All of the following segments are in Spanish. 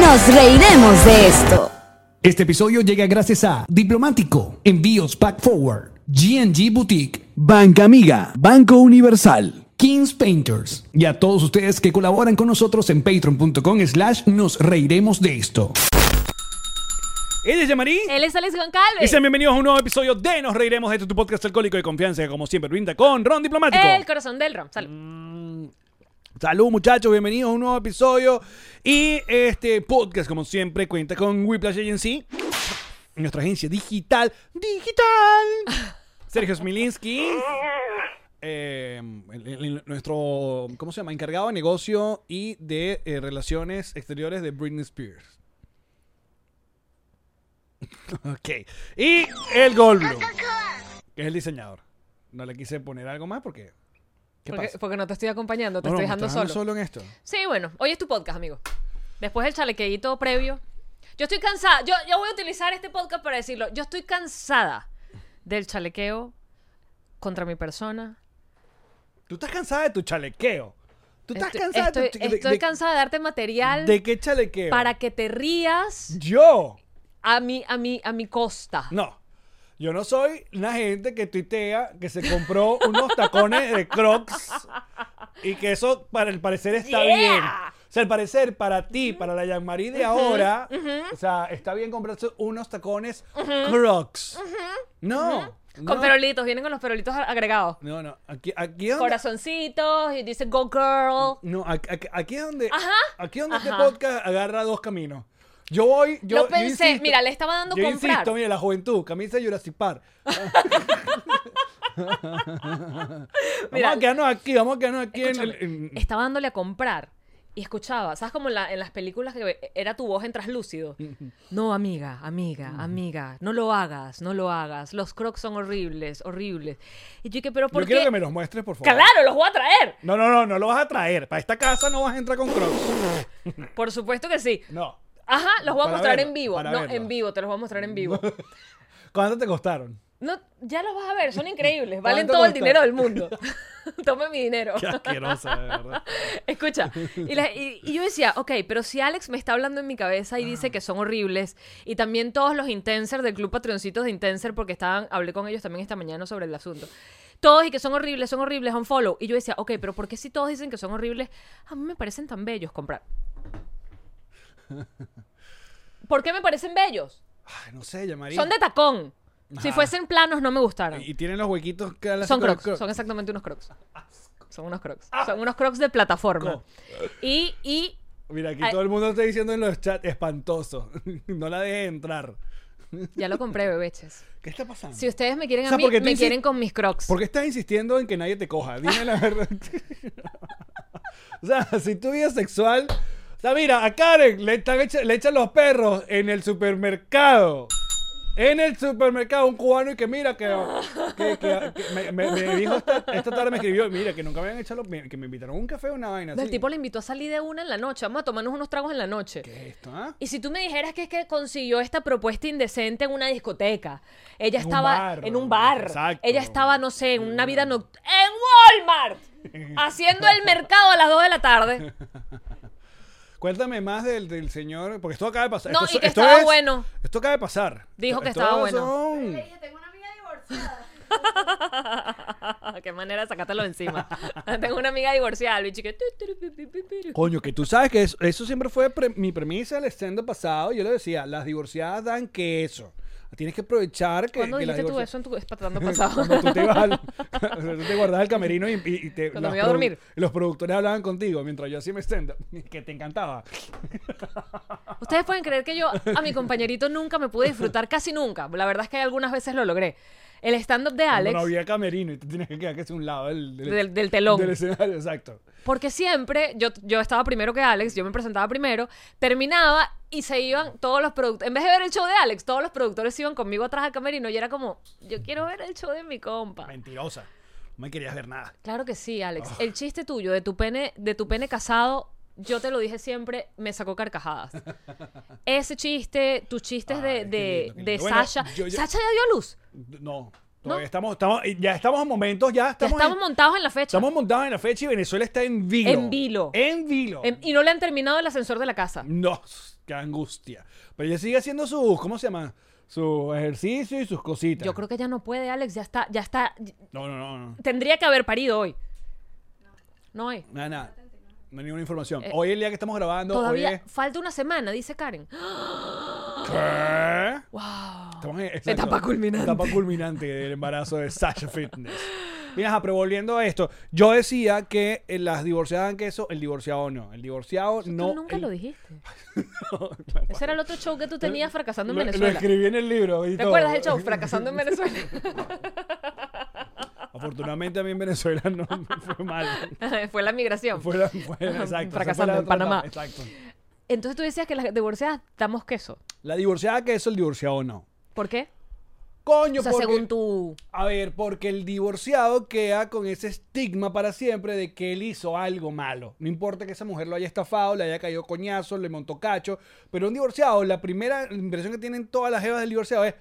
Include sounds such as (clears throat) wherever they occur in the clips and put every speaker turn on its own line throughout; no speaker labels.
Nos reiremos de esto.
Este episodio llega gracias a Diplomático, Envíos Pack Forward, GNG Boutique,
Banca Amiga, Banco Universal.
Kings Painters y a todos ustedes que colaboran con nosotros en patreon.com slash nos reiremos de esto. Él es Yamarín
Él es Alex Goncalves.
y sean bienvenidos a un nuevo episodio de Nos Reiremos de esto, tu podcast alcohólico de confianza que como siempre brinda con Ron Diplomático.
El corazón del rom. Salud.
Mm, Salud muchachos, bienvenidos a un nuevo episodio y este podcast como siempre cuenta con Whiplash Agency, nuestra agencia digital, digital,
(laughs)
Sergio Smilinski, eh, el- el- nuestro, ¿cómo se llama? Encargado de negocio y de eh, relaciones exteriores de Britney Spears. (laughs) ok, y el Goldblum, que es el diseñador. No le quise poner algo más porque... ¿Qué
Porque,
pasa?
porque no te estoy acompañando, te
No, no,
estoy
me
dejando
estás
solo.
dejando solo en esto.
Sí, bueno, hoy es tu podcast, amigo. Después del chalequeíto previo. Yo estoy cansada. Yo, yo voy a utilizar este podcast para decirlo. Yo estoy cansada del chalequeo contra mi persona.
Tú estás cansada de tu chalequeo. Tú estás
Estoy-
cansada
estoy,
de tu chalequeo.
estoy cansada de darte material
¿De qué chalequeo?
para que te rías
Yo.
a mi, a mi, a mi costa.
No. Yo no soy la gente que tuitea que se compró unos tacones de Crocs y que eso, para el parecer, está
Yeah.
bien. O sea, al parecer, para ti, para la Yanmarí de ahora, o sea, está bien comprarse unos tacones Crocs. No. no.
Con perolitos, vienen con los perolitos a- agregados.
No, no. Aquí, aquí es donde-
Corazoncitos y dice Go Girl.
No, aquí, aquí- aquí es donde,
Ajá.
aquí es donde este
Ajá.
podcast agarra dos caminos. Yo voy, yo,
Lo
yo
pensé,
insisto-
mira, le estaba dando
yo
comprar.
insisto, mira, la juventud, camisa de Jurassic
(laughs)
Park.
Mira.
vamos a quedarnos aquí, vamos a quedarnos aquí en, el,
Escúchame,
en-
estaba dándole a comprar y escuchaba, ¿sabes? Como en, la- en las películas que ve- era tu voz
(laughs)
en traslúcido. No, amiga, amiga, amiga, no lo hagas, no lo hagas. Los crocs son horribles, horribles. Y yo dije, pero ¿por
Yo
qué?
quiero que me los muestres, por favor.
Claro, los voy
(laughs)
a traer.
No, no, no, no lo vas a traer. Para esta casa no vas a entrar con Crocs.
Por supuesto que sí.
No.
Ajá, los voy a
Para
mostrar
verlo,
en vivo.
para
No,
verlo.
en vivo, te los voy a mostrar
(laughs)
en vivo.
¿Cuánto te costaron?
No, ya los vas a ver, son increíbles, valen
¿Cuánto
todo el
costó?
dinero del mundo. (laughs) Tome mi dinero. (laughs)
Qué asquerosa, de verdad.
Escucha, y, la- y- y yo decía, ok, pero si Alex me está hablando en mi cabeza y dice que son horribles, y también todos los Intenser del Club Patroncitos de Intenser, porque estaban, hablé con ellos también esta mañana sobre el asunto, todos y que son horribles, son horribles, un follow. Y yo decía, ok, pero ¿por qué si todos dicen que son horribles, a mí me parecen tan bellos comprar? ¿Por qué me parecen bellos?
Ay, no sé, llamaría.
Son de tacón. Si
Ajá.
fueran planos no me gustaron.
Y tienen los huequitos que
Son crocs, son exactamente unos crocs. Son unos crocs. Son unos crocs de plataforma.
Asco.
Y, y
Mira, aquí
Ay.
todo el mundo está diciendo en los chats, espantoso. (laughs) no la dejes entrar.
ya lo compré, bebeches.
¿Qué está pasando?
Si ustedes me quieren
O sea,
a mí,
porque tú
me
insi-
quieren con mis crocs.
¿Por qué estás insistiendo en que nadie te coja? Dime la
(laughs)
verdad. (laughs) o sea, si tu vida es sexual. O sea, mira, a Karen le, están echa- le echan los perros en el supermercado. En el supermercado, un cubano y que mira, que, que- que- que me, me- me dijo esta, esta tarde, me escribió, mira, que nunca me habían echado, los- me- que me invitaron a un café o una vaina.
No, El
así.
tipo le invitó a salir de una en la noche. Vamos a tomarnos unos tragos en la noche.
¿Qué es esto? ah?
Y si tú me dijeras que es que consiguió esta propuesta indecente en una discoteca, ella
En un
estaba
bar.
en un bar,
Exacto.
ella estaba, no sé, en una vida nocturna, en Walmart,
(laughs)
haciendo el mercado a las 2 de la tarde.
Cuéntame más del, del señor, porque esto acaba de pasar.
No,
esto,
y que estaba
es-
bueno.
Esto acaba de pasar.
Dijo que
Esto
estaba bueno.
son-
Le dije, tengo una amiga divorciada.
(laughs) Qué manera de sacártelo encima. (laughs) Tengo una amiga divorciada, Luis, que... tu, tu, ru, pi, pi, pi, ru.
Coño, que tú sabes que eso, eso siempre fue pre- mi premisa del stand pasado. Yo le decía, las divorciadas dan queso. Tienes que aprovechar que,
¿Cuándo
que las
dijiste tú
divorci-
eso en tu
(laughs)
tratando pasado?
Cuando tú te, ibas al- (laughs) cuando tú te guardabas el camerino y, y- y te,
Cuando me
las
iba a dormir.
los productores hablaban contigo mientras yo hacía mi stand (laughs) que te encantaba.
Ustedes pueden creer que yo a mi compañerito nunca me pude disfrutar, casi nunca. La verdad es que algunas veces lo logré. El stand-up de
Cuando
Alex,
no había camerino y te tienes que quedar que es un lado del,
Del- del telón.
del escenario, exacto.
porque siempre yo, yo estaba primero que Alex, yo me presentaba primero, terminaba y se iban todos los productores. En vez de ver el show de Alex, todos los productores se iban conmigo atrás al camerino y era como, yo quiero ver el show de mi compa.
Mentirosa. No me querías ver nada.
Claro que sí, Alex.
Ah.
El chiste tuyo de tu pene, de tu pene casado, yo te lo dije siempre, me
(laughs)
sacó carcajadas. Ese chiste, tus chistes de,
Ay, qué
de-
lindo, qué
de
lindo. Bueno,
Sasha.
yo ya-
Sasha ya dio a luz.
No. Todavía Estamos, estamos, eh, ya estamos a momentos, ya
Ya
estamos,
estamos,
en-
montados en la fecha.
estamos montados en la fecha y Venezuela está en vilo.
En vilo.
En vilo.
Em, y no le han terminado el ascensor de la casa.
No, qué angustia. Pero ella sigue haciendo sus, ¿cómo se llama? Su ejercicio y sus cositas.
Yo creo que ya no puede, Alex. Ya está, ya está.
No, no, no, no.
Tendría que haber parido hoy. No hay.
Nada, nada. No hay ninguna información. hoy es el día que estamos grabando.
Eh, Todavía (gasps)
Hoy es...
falta una semana, dice Karen.
¿Qué? Wow. (gasps) Estamos en, exacto.
Etapa culminante.
Etapa culminante del embarazo de Sasha Fitness. Mira, ajá, pero volviendo a esto, yo decía que eh, las divorciadas dan queso, el divorciado no. El divorciado no.
tú nunca
el-
lo
(laughs)
dijiste. Ese era el otro show que tú tenías fracasando en
Lo-
Venezuela.
Lo escribí en el libro. y
¿Te
todo.
acuerdas del
(laughs)
show fracasando en Venezuela? (laughs)
Afortunadamente a mí en Venezuela no me fue mal.
Fue la migración.
Fue la- fue- exacto, esa fue
Fracasando
la
en
otra
Panamá.
etapa, Exacto.
Entonces tú decías que las divorciadas damos queso.
La divorciada que eso, el divorciado no.
¿Por qué?
Coño,
o sea,
porque-
según tu...
A ver, porque el divorciado queda con ese estigma para siempre de que él hizo algo malo. No importa que esa mujer lo haya estafado, le haya caído coñazo, le montó cacho. Pero un divorciado, la primera impresión que tienen todas las jevas del divorciado es.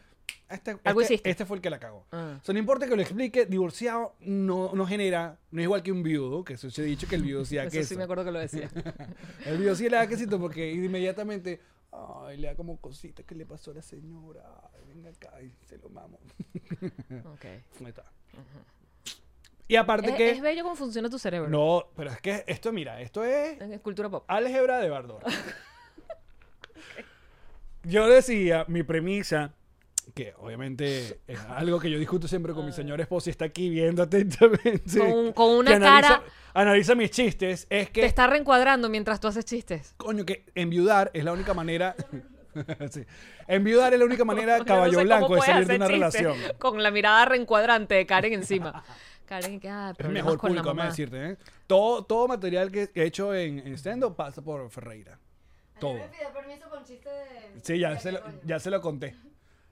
Este,
Algo
este-
hiciste.
este fue el que la cagó.
Ah.
O sea, no importa que lo explique, divorciado no, no genera, no es igual que un viudo, que eso se ha dicho que el viudo sí da
Eso sí
queso.
me acuerdo que
(laughs)
lo decía.
El video sí le da quesito porque inmediatamente, ay, le da como cosita que le pasó a la señora. Ay, venga acá y se lo mamo.
Ok.
Ahí está. Y aparte
Es,
que...
es bello cómo funciona tu cerebro.
no, pero es que esto, mira, esto es
Es cultura pop.
álgebra de Bardor.
(laughs)
Yo decía, mi premisa, que obviamente es algo que yo discuto siempre con mi señora esposa y está aquí viendo atentamente.
Ah. Con- con una
que analiza-
cara-
Analiza mis chistes, es que...
Te está reencuadrando mientras tú haces chistes.
Coño, que enviudar es la única manera. (laughs) Sí. Enviudar es la
(laughs)
única manera,
Yo
caballo
no sé cómo
blanco, de
puedes
salir de una
hacer chistes
relación.
(laughs) Con la mirada reencuadrante de
(laughs)
Karen encima. Karen, que ah,
Es
problemas
mejor
con la
público, me
mamá.
decirte. ¿eh? Todo, todo material que he hecho en, en stand-up pasa por Ferreira. Todo.
permiso con chiste de.
Sí, ya se lo, ya se lo conté.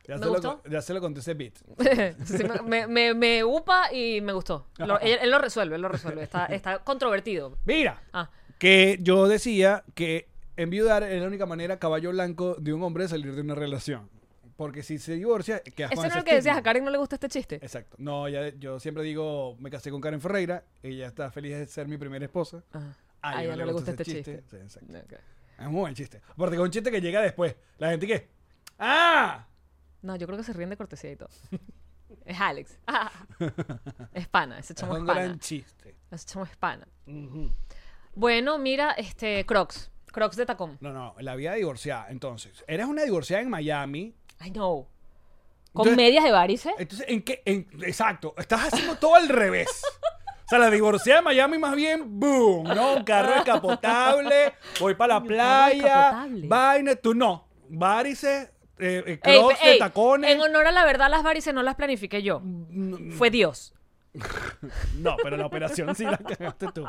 Ya,
¿Me
se lo,
gustó?
con- ya se lo conté ese beat.
(laughs) Sí, me, me, me- me upa y me gustó. Lo-
(laughs)
él, él lo resuelve, él lo resuelve. Está, está controvertido.
Mira,
Ah,
que yo decía que enviudar es la única manera, caballo blanco, de un hombre de salir de una relación. Porque si se divorcia, quedas
eso
con
no es
ese Eh,
lo que decías.
estigma.
A Karen no le gusta este chiste.
Exacto. No, ya, yo siempre digo, me casé con Karen Ferreira, ella está feliz de ser mi primera esposa.
Ajá.
A
Ah, A
ella
ella no le gusta
ese
este chiste.
Sí, exacto.
Ok.
Es un buen chiste. Aparte que es un chiste que llega después. La gente que... ¡Ah!
No, yo creo que se ríen de cortesía y todo. (laughs)
(laughs)
Es Alex. Ah. Es pana, ese
Es
chamo es
un
pana.
gran chiste.
Ese chamo es pana. Bueno, mira, este, Crocs. Crocs de tacón.
No, no, la vida divorciada. Entonces, eres una divorciada en Miami.
I know. Con
Entonces-
medias de varices.
Entonces, ¿en qué? En- exacto. Estás haciendo todo al revés. O sea, la divorciada de Miami más bien, boom, ¿no? Un carro descapotable, voy para la
Coño, carro
playa,
descapotable.
vaina, tú no. Varices, eh, eh,
Ey,
crocs
ey,
de tacones. Mm,
En honor a la verdad, las varices no las planifiqué yo. Fue
(laughs)
Dios.
No, pero la operación sí la cagaste tú.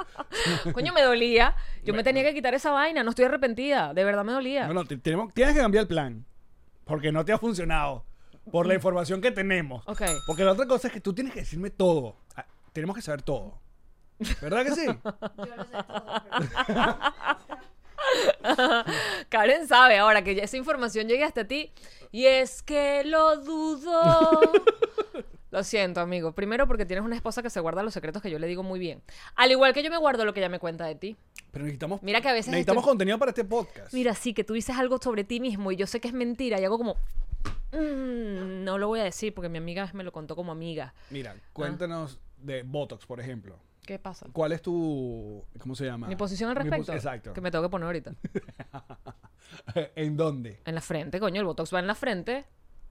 Coño, me dolía. Yo me tenía que quitar esa vaina. No estoy arrepentida. De verdad me dolía.
No, no, te- tenemos- tienes que cambiar el plan. Porque no te ha funcionado. Por la información que tenemos.
Ok.
Porque la otra cosa es que tú tienes que decirme todo. Ah, Tenemos que saber todo. ¿Verdad
(laughs)
que sí?
Karen sabe ahora que ya esa información llegue hasta ti. Y es que lo (laughs) dudo. Lo siento, amigo. Primero porque tienes una esposa que se guarda los secretos que yo le digo muy bien. Al igual que yo me guardo lo que ella me cuenta de ti.
Pero necesitamos.
Mira que a veces
Necesitamos
estoy-
contenido para este podcast.
Mira, sí, que tú dices algo sobre ti mismo y yo sé que es mentira y hago como... "Mm, no lo voy a decir porque mi amiga me lo contó como amiga.
Mira, cuéntanos de Botox, por ejemplo.
¿Qué pasa?
¿Cuál es tu. ¿Cómo se llama?
Mi posición al
Mi pos-
respecto.
Exacto.
Que me tengo que poner ahorita.
(laughs) ¿En dónde?
En la frente, coño. El botox va en la frente.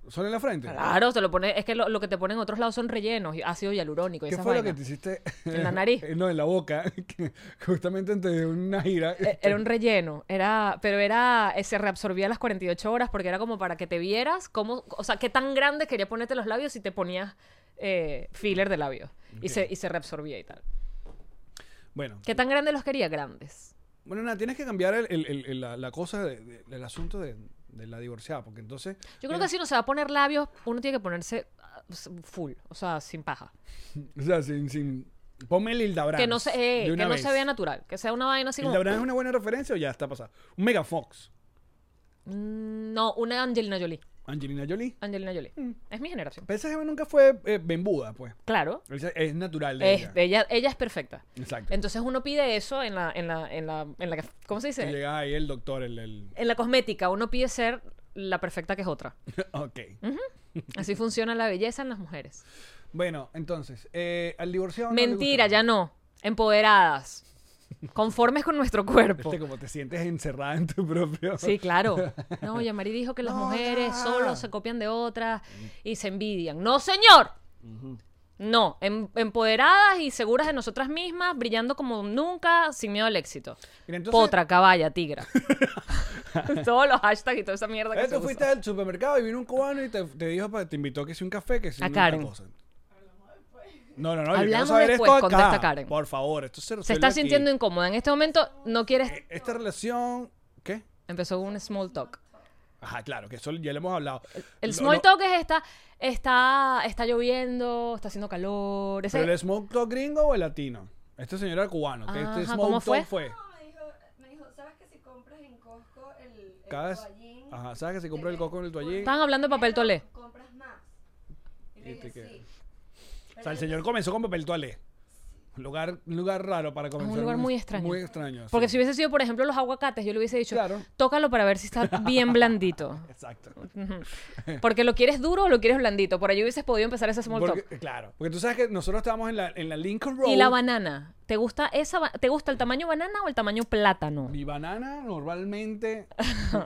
¿Solo en la frente?
Claro, te lo pone. Es que lo, lo que te ponen en otros lados son rellenos, y ácido hialurónico. Y
¿Qué
esas
fue lo que
vainas.
te hiciste?
En la nariz.
(laughs) no, en la boca. que justamente antes de una gira.
Eh, Era un relleno, era, pero era, eh, se reabsorbía a las 48 horas porque era como para que te vieras cómo, o sea, qué tan grande quería ponerte los labios si te ponías eh, filler de labios y, se, y se reabsorbía y tal.
Bueno.
¿Qué tan grandes los quería? Grandes.
Bueno, nada, tienes que cambiar el- el- el- el- la, la cosa de- de- del asunto de, de la divorciada, porque entonces.
Yo creo que si uno se va a poner labios, uno tiene que ponerse ah, full, o sea, sin paja.
O sea, sin. sin ponme el Hilda
Que no se, eh,
de
que
una
no
vez.
se vea natural, que sea una vaina así como...
¿Hilda Brand es una buena referencia o ya está pasada? Un Mega Fox.
Mm, No, una Angelina Jolie.
Angelina Jolie.
Angelina Jolie.
Mm.
Es mi generación.
Pero esa jeva nunca fue eh, benbuda, pues.
Claro.
Esa es natural de
Es,
ella.
ella, ella es perfecta.
Exacto.
Entonces uno pide eso en la, en la, en la, en la ¿cómo se
Y
dice?
llega ahí el doctor, el. el... (laughs)
En la cosmética uno pide ser la perfecta que es otra.
ok.
¿Mm? Así funciona la belleza en las mujeres.
Bueno, entonces, eh, al divorciado. no le gusta.
Mentira, ya no. Empoderadas. Conformes con nuestro cuerpo.
Viste Este, como te sientes encerrada en tu propio.
Sí, claro. No, Yamari dijo que las
No,
mujeres
ya.
solo se copian de otras y se envidian. No, señor. No, em- empoderadas y seguras de nosotras mismas, brillando como nunca, sin miedo al éxito.
(laughs) Mira, entonces-
Potra,
(laughs)
caballa, tigra. (laughs) Todos los hashtags y toda esa mierda que
Eh,
se
tú
usa.
fuiste al supermercado y vino un cubano y te, te dijo, pa- te invitó que sea un café, que sea
A
una
Karen.
cosa. No, no, no, yo quiero
Hablamos
saber
después,
esto acá.
contesta Karen.
Por favor, esto se
Se
resuelve
está
aquí.
sintiendo incómoda. En este momento no quieres...
Eh, Esta relación, ¿qué?
Empezó un small talk.
Ajá, claro, que eso ya lo hemos hablado.
El
Lo-
small
lo-
talk es esta... Está, está lloviendo, está haciendo calor. ese-
¿Pero el small talk gringo o el latino? Este señor era cubano. que
Ajá,
este small
¿cómo
talk
fue?
fue?
No, me dijo, me dijo, ¿sabes que si compras en Costco el, el
Cada vez-
toallín,
Ajá, ¿sabes que se compró el coco en el toallín?
Estaban hablando de papel tolé.
compras más? Y
Y
le
te
dije,
queda.
sí.
O sea, el señor comenzó con papel toalé. Un lugar, un lugar raro para comenzar.
lugar muy extraño.
Muy extraño.
Porque
sí.
si hubiese sido, por ejemplo, los aguacates, yo le hubiese dicho,
Claro.
tócalo para ver si
(laughs)
está bien blandito.
Exacto.
Porque lo quieres duro o lo quieres blandito. Por ahí hubieses podido empezar ese small
Porque- eh,
talk.
claro. Porque tú sabes que nosotros estábamos en la, en la Lincoln Road.
Y la banana. ¿Te gusta esa ba- te gusta el tamaño banana o el tamaño plátano?
Mi banana
(laughs)
normalmente.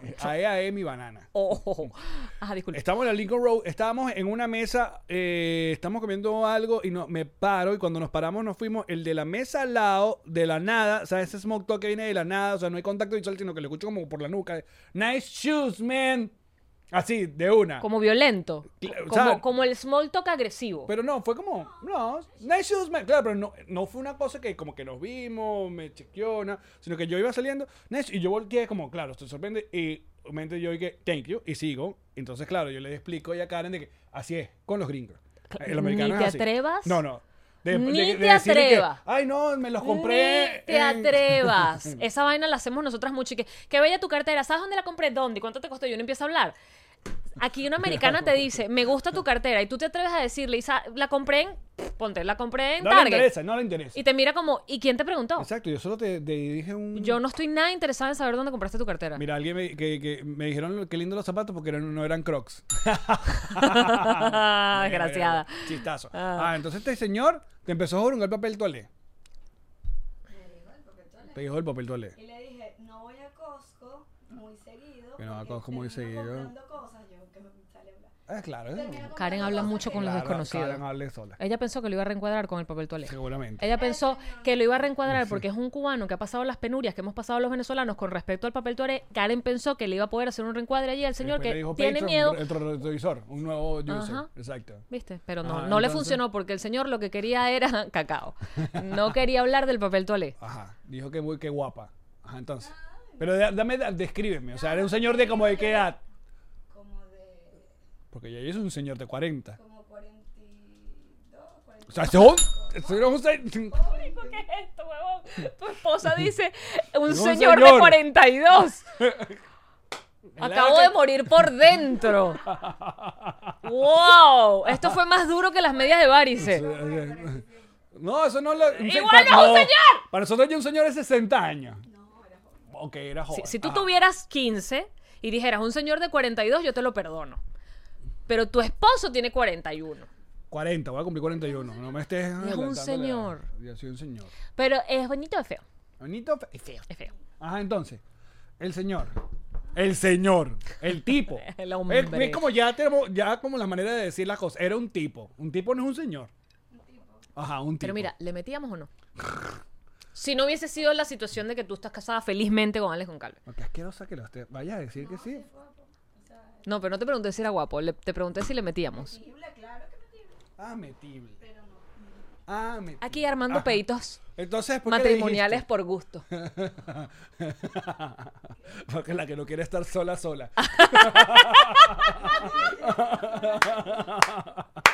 eh, AE, AE, E, mi banana.
Oh. (laughs) Ajá, disculpe.
Estamos en la Lincoln Road, estábamos en una mesa, eh, estamos comiendo algo y no, me paro y cuando nos paramos nos fuimos, el de la mesa al lado, de la nada, o sea, ese smoke talk que viene de la nada, o sea, no hay contacto visual, sino que lo escucho como por la nuca. Nice shoes, man. Así, de una.
Como violento.
Claro,
como,
¿sabes?
como el small talk agresivo.
Pero no, fue como, no, nice shoes, man. Claro, pero no, no fue una cosa que como que nos vimos, me chequeó, na- sino que yo iba saliendo, nice, y yo volteé como, claro, esto sorprende, y obviamente yo dije, thank you, y sigo. Entonces, claro, yo le explico ya a Karen de que así es, con los gringos.
Cla-
El americano
ni
es
te
así.
atrevas.
No, no.
Ni te
decirle que,
atrevas.
Ay, no, me los
Ni
compré.
te
en-". (laughs)
atrevas. Esa vaina la hacemos nosotras mucho. Y que, qué bella tu cartera. ¿Sabes dónde la compré? ¿Dónde? ¿Y ¿Cuánto te costó? Y uno empieza a hablar. Aquí una americana te dice, me gusta tu cartera. Y tú te atreves a decirle, "Isa, la compré en... Ponte, la compré en
No le
Target.
interesa, no le interesa.
Y te mira como, ¿y quién te preguntó?
Exacto, yo solo te, te dije un...
Yo no estoy nada interesada en saber dónde compraste tu cartera. (laughs)
Mira, alguien me, que, que me dijeron que lindo los zapatos porque eran- no eran crocs.
Ah, Desgraciada.
Chistazo.
Ah.
Ah. entonces este señor te empezó a jurungar el papel toalé. Te dijo el papel toalé.
Y le dije, no voy a Costco muy seguido.
Que no va a
porque
Costco muy
termino
seguido.
comprando cosas, yo, que me sale hablar.
Ah, claro. eh.
Karen
Termino comprando
habla
cosas
mucho
que-
con los
Claro,
desconocidos.
Karen hable sola.
Ella pensó que lo iba a reencuadrar con el papel toalé.
Seguramente.
Ella pensó que lo iba a reencuadrar porque es un cubano que ha pasado las penurias que hemos pasado los venezolanos con respecto al papel toalé. Karen pensó que le iba a poder hacer un reencuadre allí al señor
Después le
que
dijo
tiene
Patreon,
miedo.
un re- otro retrovisor, un nuevo user.
Ajá.
Exacto.
¿Viste? Pero no,
Ajá,
no le
Ah, entonces-
funcionó porque el señor lo que quería era (laughs) cacao.
(laughs)
No quería hablar del papel toalé.
Ajá. Dijo que muy que guapa. Ajá, entonces. Pero da- dame, da- descríbeme. O sea, era un señor de como de qué edad.
Como de,
Porque ya es un señor de 40.
como 42, 40.
O sea, este es un- este era un se-
¿Qué es esto, huevón? Tu esposa
(laughs)
dice un,
Un
señor, de
señor".
42.
(laughs)
Acabo
que-
de morir por
(laughs)
dentro. ¡Wow! Esto fue más duro que las medias
(laughs)
de varices.
No, eso no lo. un
¡Igual
senta-
es
no.
un señor!
Para nosotros ya un señor es 60 años. No, era joven. Ok, era
Si,
joven.
si tú
Ajá.
tuvieras 15 y dijeras un señor de 42, yo te lo perdono. Pero tu esposo tiene 41.
40, voy a cumplir 41. No me estés.
un
adelantando la-
señor.
Ya soy un señor.
Pero es bonito o es feo.
Bonito fe- feo.
Es feo.
Ajá, entonces. El señor. El señor. El tipo.
(laughs) El hombre.
Es, es como ya tenemos, ya como la manera de decir las cosas. Era un tipo. Un tipo no es un señor. Ajá, un tipo.
Pero mira, ¿le metíamos o no? Si no hubiese sido la situación de que tú estás casada felizmente con Alex Goncalves.
Qué asquerosa que lo esté. Vaya a decir que sí.
No, pero no te pregunté si era guapo, le- te pregunté si le metíamos.
Ah, metible. Ah, metible.
Aquí armando
Ajá.
peitos
Entonces, ¿por qué le
matrimoniales
dijiste? (laughs)
por gusto.
Porque la que no quiere estar sola, sola. (laughs)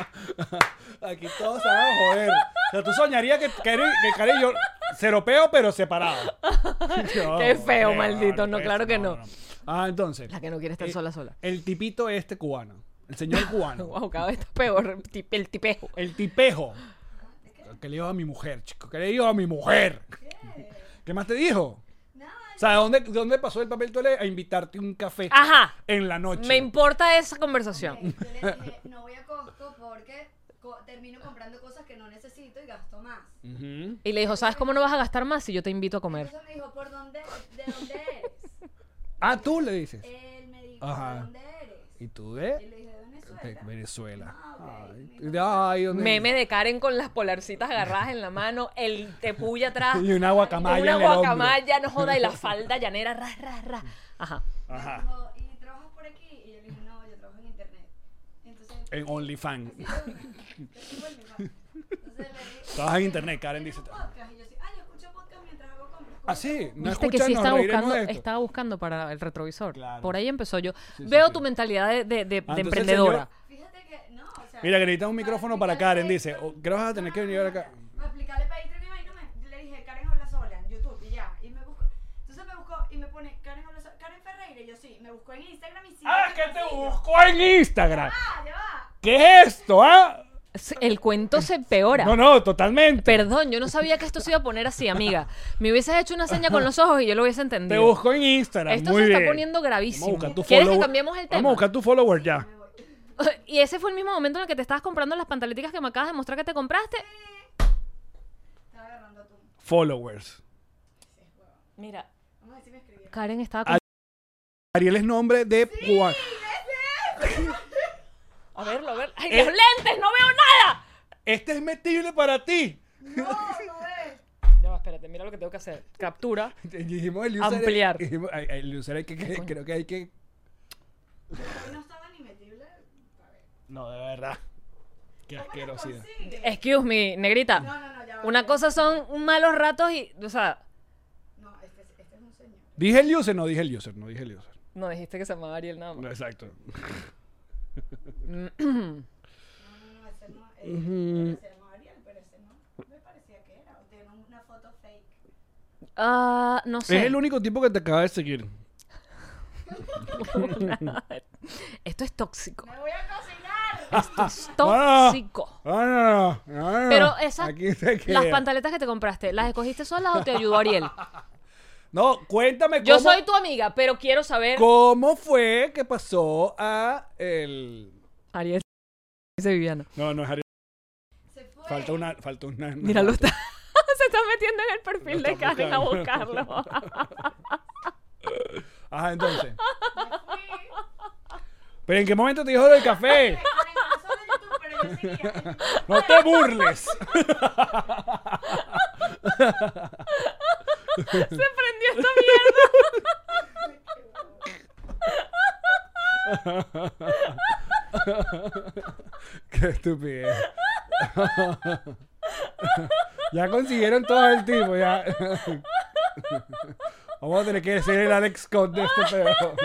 Aquí todos se van a joder. O sea, tú soñarías que Karen que Karen y yo seropeo, pero separado.
(laughs) Qué feo, maldito. No,
pues,
claro que no.
Ah, entonces.
La que no quiere estar
eh,
sola, sola.
El tipito este cubano. El
(laughs)
señor cubano.
Wow, cada vez está peor. tip- El tipejo.
el tipejo. Que le dijo a mi mujer, chico. Que le dijo a mi mujer. ¿Qué más te dijo? O sea, ¿dónde, ¿dónde pasó el papel tole a invitarte un café?
Ajá.
en la noche.
Ah, Me importa esa conversación.
Yo le dije, no voy a Costco porque co- termino comprando cosas que no necesito y gasto más.
Ujú.
Y le dijo, ¿sabes cómo no vas a gastar más si yo te invito a comer?
Entonces me dijo, ¿por dónde, de dónde eres?
Ah, tú le dices.
Él me dijo,
Ajá.
¿de dónde eres?
¿Y tú
Y
de?
le dije, de Venezuela.
de Venezuela.
Ah, ok.
Ay, de- ay, ¿dónde
Meme
dices?
de Karen con las polarcitas agarradas en la mano, el tepuya atrás.
(laughs) Y una guacamaya
Una
en el hombro.
guacamaya, no joda,
(laughs)
y la falda llanera, ras, ras, ras. Ajá.
Me
Ajá.
dijo, ¿y trabajas por aquí? Y yo le dije, no, yo trabajo en internet. Entonces,
En OnlyFans.
entonces le dije,
Trabajas en internet, Karen
"¿Tienes
dice.
podcast?" Y yo sí, ah, yo escucho podcast mientras hago compras.
Ah, sí, no
Viste que
escuchan,
sí
nos
estaba
reiremos
buscando,
de esto.
estaba buscando para el retrovisor.
Claro.
Por ahí empezó yo.
sí,
Veo
sí.
tu mentalidad de,
Ah,
de- de- de
entonces el
emprendedora.
Fíjate que, no, o sea.
Mira, que necesitas un micrófono para Karen, dice.
explicarle-
O- Creo que vas a tener que venir acá.
Para explicarle para Patreon y vaina, me- le dije, Karen habla sola en YouTube y ya. Y me buscó. Entonces me buscó y me pone Karen habla sola. Karen Ferreira, y yo sí. Me buscó en Instagram y sí.
Ah,
ya
que te
consigo.
buscó en Instagram.
Ah, ya va.
¿Qué es esto, ah?
Sí, El cuento se empeora.
No, no, totalmente.
Perdón, yo no sabía que esto se iba a poner así, amiga. Me hubieses hecho una seña con
(laughs)
los ojos y yo lo hubiese
Te
entendido.
busco en Instagram.
Esto
muy
se está
bien.
poniendo gravísimo.
Vamos a buscar tu
¿Quieres que
follower.
cambiemos el
Vamos a
tema?
buscar tu follower ya.
(laughs) Y ese fue el mismo momento en el que te estabas comprando las pantaleticas que me acabas de mostrar que te compraste.
Estaba agarrando tú.
Followers.
Mira,
Vamos a ver si me escribieron.
Karen estaba
Ah, Ariel es nombre de cubano.
A verlo, a ver. ¡Ay,
Eh.
los lentes! ¡No veo nada!
Este es metible para ti. (laughs)
No, no ves.
Ya va, espérate, mira lo que tengo que hacer. Captura.
Dijimos el user-
Ampliar.
dijimos- ay, ay, el user hay que, que- creo que hay que.
Hoy no estaba ni metible.
No, de verdad. Qué asquerosidad.
Consigue.
Excuse me, negrita.
No, no, no, ya va.
Una cosa son malos ratos y. O sea,
No, este, es- este es un señor.
Dije el user, no dije el user, no dije el user.
no dijiste que se llamaba Ariel nada
No,
más.
exacto.
No, no, no, ese no. Eh, ese no, Ariel, pero ese no. Me parecía que era. O tiene una foto fake.
Ah, no sé.
Es el único tipo que te acaba de seguir.
(laughs) Esto es tóxico.
¡Me voy a cocinar!
Esto es
(laughs) Ah.
tóxico.
No, Ah, no, no, no, no, no.
Pero esas.
Aquí se
Las
queda.
pantaletas que te compraste, ¿las escogiste solas o te
(laughs)
ayudó Ariel?
No, cuéntame
Yo
cómo,
soy tu amiga, pero quiero saber.
cómo fue que pasó a el.
Ariel. Dice Viviana.
No, no es Ariel.
Se fue.
Falta una. Falta una, una-
Míralo, está. se está metiendo en el perfil
Lo
de
está
Karen a
buscando.
buscarlo.
Ajá, entonces.
Sí.
Pero en qué momento te dijo lo del café.
Karen habla sola en YouTube, pero
(laughs)
yo seguía.
No te burles.
(laughs) se prendió esta mierda.
Qué estupidez. ya consiguieron todo el tipo, ya. Vamos a tener que ser el Alex Scott de este pedo.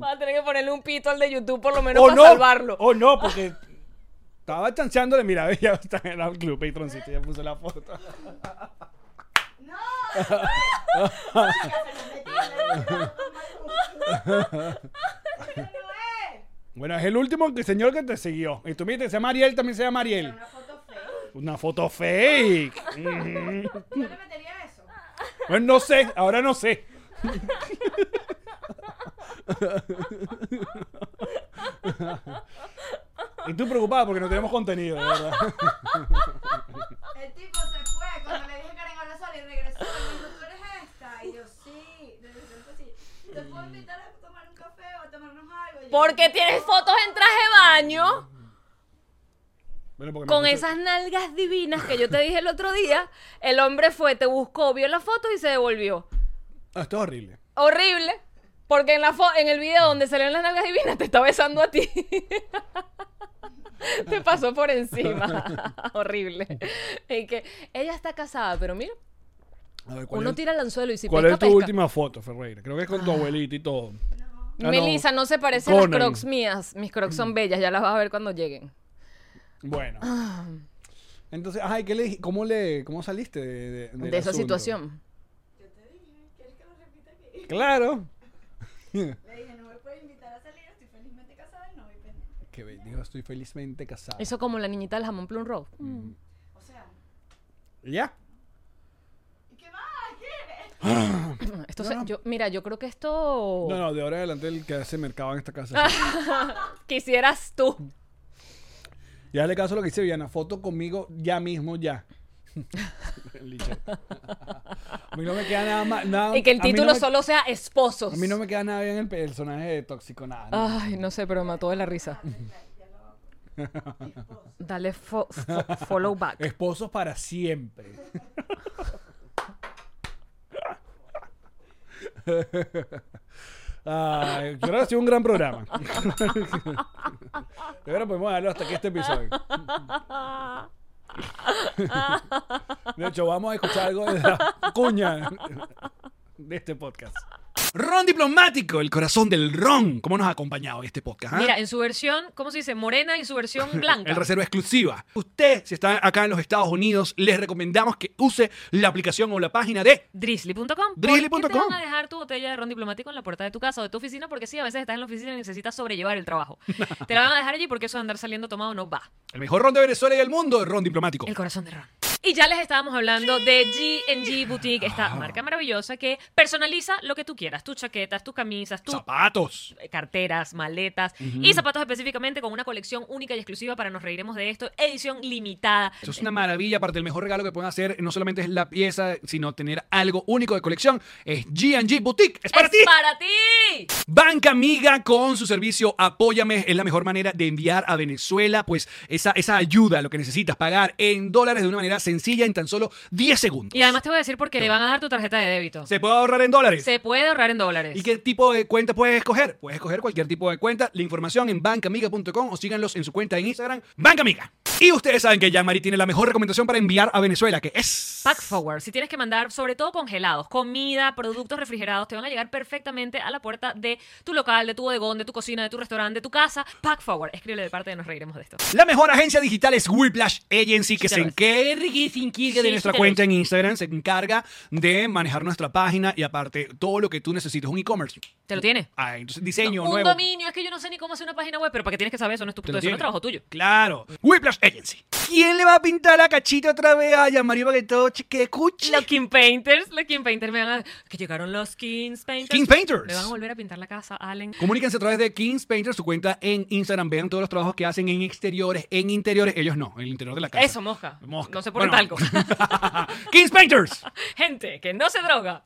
Va a tener que ponerle un pito al de YouTube por lo menos
o
para
Oh, no, Oh.
salvarlo.
o no, porque estaba chanceándole. Mira, (laughs) ya está en el club Patroncito, ya puso la foto.
¡No! Chica, se lo metí, le dije, "No, eh".
Bueno, es el último que- señor que te siguió. Y tú mira, se llama Ariel, también se llama Ariel.
Una foto fake.
Una foto fake. Mm.
(laughs)
Yo le metería eso.
Bueno, no sé, ahora no sé. Y tú preocupada porque no tenemos contenido, de verdad.
El tipo se fue cuando le dije Karen habla sola y regresó. Y me dijo, ¿tú eres esta? Y yo, sí. De repente así. ¿Te puedo invitar a tomar un café o a tomarnos algo? Y yo,
Porque tienes fotos en traje de baño
Bueno, porque me
con
puse-
esas nalgas divinas que yo te dije el otro día. El hombre fue, te buscó, vio las fotos y se devolvió.
Ah, esto es horrible.
Horrible. Porque en, la fo- en el video donde salieron las nalgas divinas te está besando a ti. (laughs) te pasó por encima. (laughs) Horrible. Y que ella está casada, pero mira,
A ver, ¿cuál
uno
es,
tira el anzuelo y si
cuál
pesca,
es tu
pesca.
última foto, Ferreira? Creo que es con tu abuelita y todo. Ah, no.
Melissa, no se parece a
Conan.
las crocs mías. Mis crocs son bellas, ya las vas a ver cuando lleguen.
Bueno.
Ah.
Entonces, ajá, ¿y qué le, dij- ¿cómo le cómo saliste de, de- del
De, esa
asunto?
situación.
Claro.
Le dije, no me puedes invitar a salir, estoy felizmente casada y no voy pendiente.
Que be- digo, estoy felizmente casado.
Eso como la niñita del jamón plum roll.
O sea,
¿Y ya?
¿y qué más
(clears throat)
quieres?
Esto se- yo- mira, yo creo que esto
No, no, de ahora en adelante el que hace mercado en esta
(laughs)
casa. soy yo.
quisieras tú.
ya le caso a lo que dice Viana, foto conmigo ya mismo, ya. Listo. a mí no me queda nada más. nada-
Y que el
a mí no
título
me-
solo sea esposos.
A mí no me queda nada bien el pe- personaje de tóxico, nada. no.
Ay, no sé, pero me mató de la risa.
(laughs)
Dale fo- fo-
(laughs)
follow back.
Esposos para siempre. Ay, creo que ha sido un gran programa. Yo creo que podemos darlo hasta aquí este episodio. De hecho, vamos a escuchar algo de la cuña de este podcast. Ron diplomático, el corazón del ron. ¿Cómo nos ha acompañado este podcast? ah?
(laughs) Mira, en su versión, ¿cómo se dice? Morena y su versión
(laughs) El
blanca.
reserva exclusiva. Usted, si está acá en los Estados Unidos, les recomendamos que use la aplicación o la página de
Drizzly.com.
Drizzly
¿Por qué
punto
te
com?
van a dejar tu botella de ron diplomático en la puerta de tu casa o de tu oficina? Porque sí, a veces estás en la oficina y necesitas sobrellevar el
(laughs)
trabajo. te la van a dejar allí porque eso de andar saliendo tomado no va.
El mejor ron de Venezuela y del mundo, el ron diplomático.
El corazón de Ron. Y ya les estábamos hablando de G&G Boutique, esta
Ah.
marca maravillosa que personaliza lo que tú quieras, tus chaquetas, tus camisas, tus
Zapatos.
carteras, maletas y zapatos específicamente con una colección única y exclusiva para Nos Reiremos de Esto, edición limitada.
Eso es una maravilla. Aparte, el mejor regalo que pueden hacer no solamente es la pieza, sino tener algo único de colección. Es GG Boutique. ¡Es para
¡Es
ti!
para ti!
Banca Amiga con su servicio Apóyame es la mejor manera de enviar a Venezuela pues esa, esa ayuda, lo que necesitas pagar en dólares de una manera sencilla en tan solo 10 segundos.
Y además te voy a decir porque le van a dar tu tarjeta de débito.
¿Se puede ahorrar en dólares?
Se puede ahorrar en dólares.
¿Y qué tipo de cuenta puedes escoger? Puedes escoger cualquier tipo de cuenta. La información en bancamiga.com o síganlos en su cuenta en Instagram, Bancamiga. Y ustedes saben que Jean-Marie tiene la mejor recomendación para enviar a Venezuela, que es...
Pack Forward, si tienes que mandar sobre todo congelados, comida, productos refrigerados, te van a llegar perfectamente a la puerta de tu local, de tu bodegón, de tu cocina, de tu restaurante, de tu casa. Pack Forward, escríbele de parte de Nos Reiremos de Esto.
La mejor agencia digital es Whiplash Agency, que
Sí,
se
lo es.
encargue se encargue de
Sí,
nuestra
sí, lo
cuenta en Instagram, se encarga de manejar nuestra página y aparte todo lo que tú necesites, un e-commerce.
¿Te lo tiene?
Ah, entonces diseño
un
nuevo.
dominio, es que yo no sé ni cómo hacer una página web, pero para qué tienes que saber eso, no es tu
¿Te
eso
lo
no es
tiene?
trabajo tuyo.
Claro. Whiplash Agency. ¿Quién le va a pintar la cachita otra vez a Jean-Marie para que todo que escuche?
Los King Painters, los King Painters me van a... Que llegaron los King Painters.
King Painters.
Me van a volver a pintar la casa, Allen.
Comuníquense a través de Kings Painter, su cuenta en Instagram. Vean todos los trabajos que hacen en exteriores, en interiores. Ellos no, en el interior de la casa.
Eso, mosca.
Mosca.
No se pone
Bueno.
talco.
(laughs) Kings Painters.
Gente, que no se droga.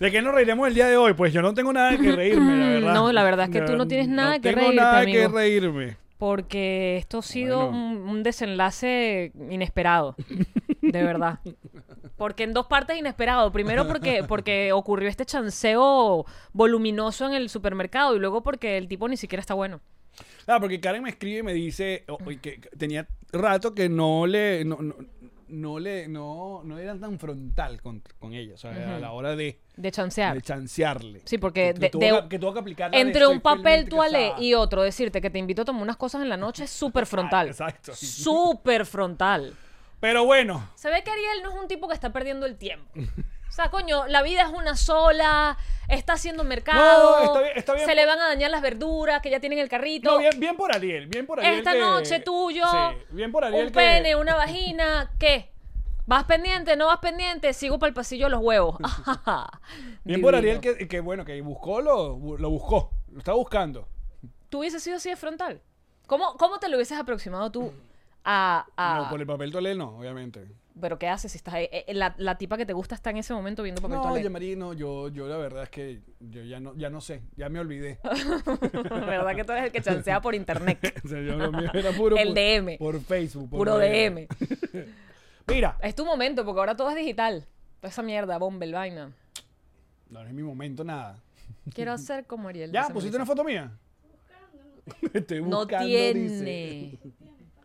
¿De qué nos reiremos el día de hoy? Pues yo no tengo nada que reírme,
(laughs)
la verdad.
No, la verdad es que
De
tú no
verdad,
tienes nada que
tengo
reírte,
nada que
amigo.
reírme.
porque esto ha sido
Bueno.
un, un desenlace inesperado, de verdad. Porque en dos partes inesperado. Primero porque, porque ocurrió este chanceo voluminoso en el supermercado y luego porque el tipo ni siquiera está bueno.
Claro, Ah, porque Karen me escribe y me dice oh, oye, que tenía rato que no le... No, no, no le no, no eran tan frontal con, con ella, o sea, a la hora de,
De chancear.
de chancearle.
Sí, porque
Que
de-
tuvo
de-
que- que tuvo que aplicar la de
Entre
estoy
un papel
felizmente
toalé
casada.
y otro, decirte que te invito a tomar unas cosas en la noche es súper
(laughs)
frontal.
Exacto.
Súper frontal.
Pero bueno,
Se ve que Ariel no es un tipo que está perdiendo el tiempo. O sea, coño, la vida es una sola, está haciendo mercado,
No, está bien- está bien
se
por-
le van a dañar las verduras que ya tienen el carrito.
No, bien, bien por Ariel, bien por Ariel.
Esta
que-
noche tuyo,
Sí, bien por Ariel.
un
que-
pene, una vagina, ¿qué? ¿Vas pendiente? ¿No vas pendiente? Sigo para el pasillo de los huevos.
(laughs) Bien por Ariel, que, que bueno, que buscó, lo, lo buscó. Lo está buscando.
¿Tú hubieses sido así de frontal? ¿Cómo, cómo te lo hubieses aproximado tú a... a-
No, por el papel toalé no, obviamente.
Pero ¿qué haces si estás ahí? Eh, eh, La, la tipa que te gusta está en ese momento viendo papel
no,
toalé.
oye, Marí, no, yo, yo la verdad es que yo ya no, ya no sé, ya me
(laughs)
olvidé. (laughs)
¿Verdad que tú eres el que chancea por internet?
O sea, yo lo mío era puro
El
por-
DM.
Por Facebook. por
Puro DM.
Mira,
Es tu momento, porque ahora todo es digital. Toda esa mierda, bomba, el vaina.
no no es mi momento nada.
(laughs) Quiero ser como Ariel.
¿Ya? pues
dice
¿Pusiste una
Melissa.
foto mía? (laughs) Estoy
No
buscando, dice.
tiene.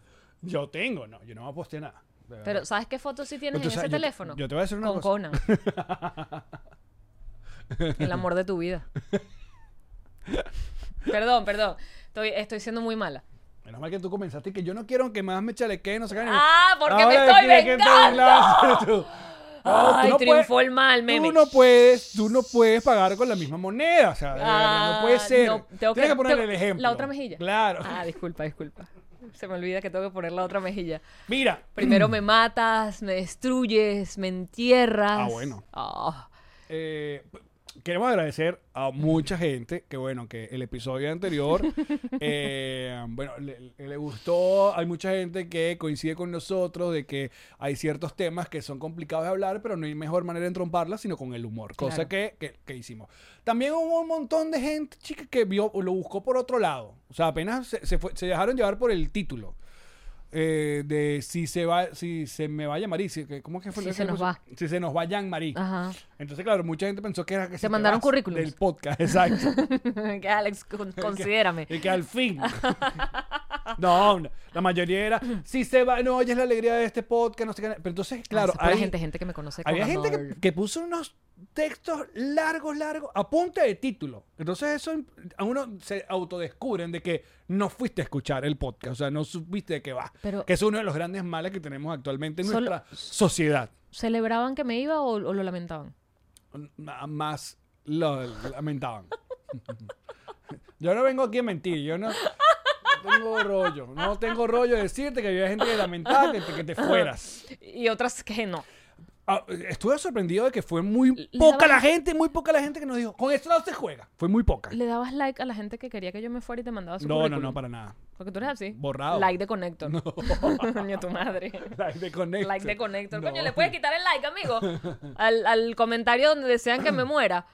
(laughs) Yo tengo, no, yo no me posteé nada. de verdad.
Pero ¿sabes qué foto sí tienes
Pero Pues tú
en
sabes,
ese
yo te-
teléfono?
yo te voy a decir una
Con
cosa.
Conan.
(laughs)
El amor de tu vida. perdón, perdón. Estoy, estoy siendo muy mala.
Menos mal que tú comenzaste que yo no quiero que más me chalequeen, no se ganen.
Ah, porque me
Ahora
estoy
decide que te
vengando.
vengaste (laughs) tú. No, tú
(laughs) Ay,
no
triunfó
puedes-
el mal, meme.
Tú no puedes, tú no puedes pagar con la misma moneda, o sea, de verdad,
Ah,
no puede ser.
no, tengo
Tienes que,
que-
ponerle
tengo-
el ejemplo.
la otra mejilla.
Claro.
Ah, disculpa, disculpa. Se me olvida que tengo que poner la otra mejilla.
Mira,
Primero me matas, me destruyes, me entierras.
Ah, bueno.
Ah.
Eh, queremos agradecer a mucha gente que, bueno, que el episodio
(laughs)
anterior, eh, bueno, le, le gustó. Hay mucha gente que coincide con nosotros de que hay ciertos temas que son complicados de hablar, pero no hay mejor manera de entromparlas, sino con el humor, cosa que, que- que hicimos. También hubo un montón de gente, chica, que vio, lo buscó por otro lado. O sea, apenas se, se fue- se dejaron llevar por el título. eh, de si se va si se me va a llamar y si- que- ¿cómo es que fue
Si
lo que
se nos
puso?
va.
si se nos va Jean Marie
(laughs) Ajá.
entonces, claro, mucha gente pensó que era que
Te mandaron
vas
currículums.
Del podcast, (laughs) exacto.
que Alex, (laughs) con- considérame.
y que al
(laughs)
fin. no, no, la mayoría era, si se va, no oyes la alegría de este podcast, no sé qué. Pero entonces, claro,
Ah, esa pura
hay-
gente, gente que me conoce.
había
con
gente
amor.
que, que puso unos textos largos, largos, a punta de título. Entonces, eso imp- a uno se autodescubren de que no fuiste a escuchar el podcast, o sea, no supiste de qué va.
Pero-
que es uno de los grandes males que tenemos actualmente en
Solo-
nuestra sociedad.
¿Celebraban que me iba o, o lo lamentaban?
M- más lo lamentaban. yo no vengo aquí a mentir, yo no, no tengo rollo, no tengo rollo de decirte que había gente que lamentaba que te, que te fueras.
Y otras que no.
Ah, estuve sorprendido de que fue muy
Le
poca
daba-
la gente, muy poca la gente que nos dijo, con esto no se juega. Fue muy poca.
¿Le dabas like a la gente que quería que yo me fuera y te mandaba su
No, no,
currículum?
no, para nada.
Porque tú eres así.
Borrado.
Like de Connector. (laughs) Ni a tu madre.
Like de Connector.
Like de Connector. Coño,
Este, No.
¿le puedes quitar el like,
(laughs)
amigo? Al, al comentario donde desean que me muera.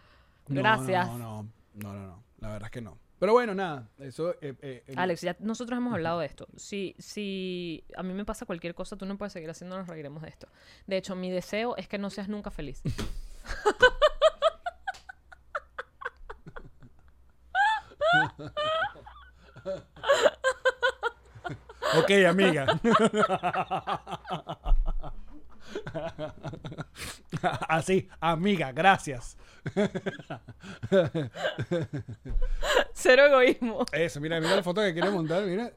No,
Gracias.
No no, no, no, no, la verdad es que no. Pero bueno, nada, eso... eh, eh, eh,
Alex, ya nosotros hemos hablado de esto. Si, si a mí me pasa cualquier cosa, tú no puedes seguir haciendo, nos reiremos de esto. De hecho, mi deseo es que no seas nunca feliz.
Ok, amiga. Así, amiga, gracias.
Cero egoísmo.
Eso, mira, mira la foto que quiere montar, mira.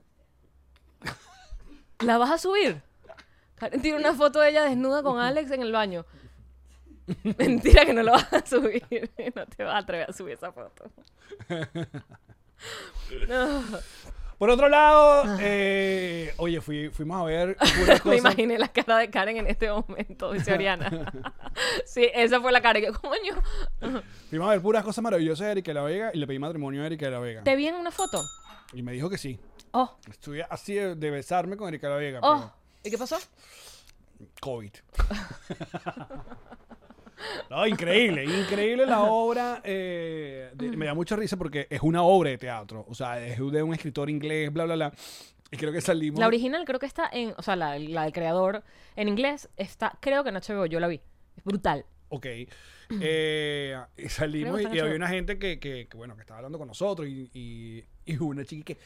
¿La vas a subir? Karen tiene una foto de ella desnuda con Alex en el baño. Mentira que no la vas a subir. (laughs) No te vas a atrever a subir esa foto. No,
Por otro lado, eh, oye, fui- fuimos a
(laughs)
ver puras
me
cosas.
imaginé la cara de Karen en este momento, dice Oriana. Sí, esa fue la cara. que coño?
Fuimos a ver puras cosas maravillosas de Erika de la Vega y le pedí matrimonio a Erika de la Vega.
¿Te vi en una foto?
Y me dijo que sí.
Oh,
Estuve así de, de besarme con Erika de la Vega,
oh. ¿Y qué pasó?
pero COVID. (laughs) No, increíble, increíble la obra. eh, de- me da mucha risa porque es una obra de teatro. O sea, es de un escritor inglés, bla, bla, bla. Y creo que salimos.
La original creo que está en, o sea, la, la del creador en inglés está, creo que en HBO, yo la vi. Es brutal. (clears throat)
Ok. Eh, y salimos y, y
Creo que están
había
en
una gente que, que- que, bueno, que estaba hablando con nosotros y, y, y hubo una chica que...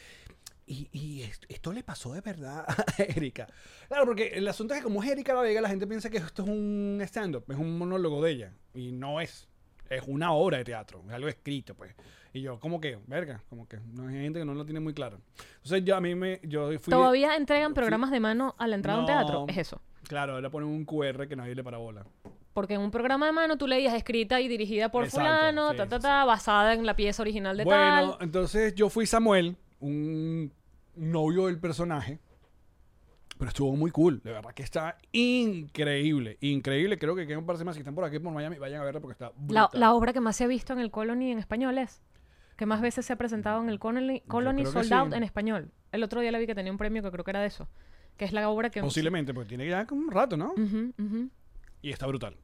Y, y esto, esto le pasó de verdad (laughs) a Erika. Claro, porque el asunto es que como es Erika La Vega, la gente piensa que esto es un stand-up, es un monólogo de ella. Y no es. Es una obra de teatro, es algo escrito, pues. Y yo, como que, verga, como que no hay gente que no lo tiene muy claro. Entonces yo a mí me... Yo fui
Todavía entregan programas de mano a la entrada de un teatro.
No.
Es eso.
Claro, ahora ponen un QR que nadie le para bola.
Porque en un programa de mano tú leías escrita y dirigida por
Exacto,
fulano,
sí,
ta,
sí,
ta,
sí.
ta, basada en la pieza original de
Bueno,
tal.
entonces yo fui Samuel, un novio del personaje. Pero estuvo muy cool. De verdad que está increíble. Increíble. Creo que quedan un par de más. Si están por aquí, por Miami, vayan a verla porque está
La,
brutal.
la obra que más se ha visto en el Colony en español es. Que más veces se ha presentado en el Colony, Colony
creo que
Sold
sí.
Out en español. El otro día la vi que tenía un premio que creo que era de eso. Que es la obra que.
Posiblemente, porque tiene ya como un rato, ¿no?
Ujú, ujú.
Y está brutal.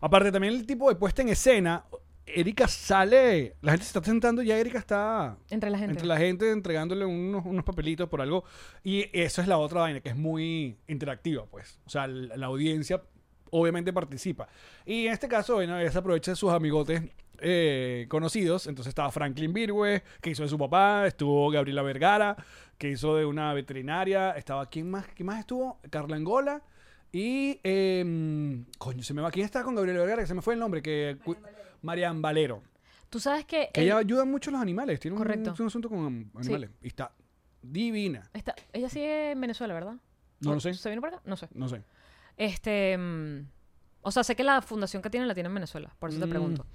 Aparte, también el tipo de puesta en escena. Erika sale. La gente se está sentando y ya Erika está.
Entre la gente.
Entre la gente entregándole unos, unos papelitos por algo. Y eso es la otra vaina, que es muy interactiva, pues. O sea, la, la audiencia obviamente participa. Y en este caso, bueno, ella se aprovecha de sus amigotes eh, conocidos. Entonces estaba Franklin Virgüe, que hizo de su papá. Estuvo Gabriela Vergara, que hizo de una veterinaria. Estaba, ¿quién más, quién más estuvo? Carla Angola. Y, em, coño, se me va. ¿Quién estaba con Gabriela Vergara? Que se me fue el nombre. que cu- Marian Valero.
Tú sabes que.
Que
el-
ella ayuda mucho a los animales. Tiene un,
Correcto.
un asunto con um, animales. Y está divina.
está- ella sigue en Venezuela, ¿verdad?
No
¿O
lo sé.
Oh, ¿Se vino para acá? No sé.
No sé.
Este. mm, o sea, sé que la fundación que tiene la tiene en Venezuela. Por eso te
Mm.
pregunto.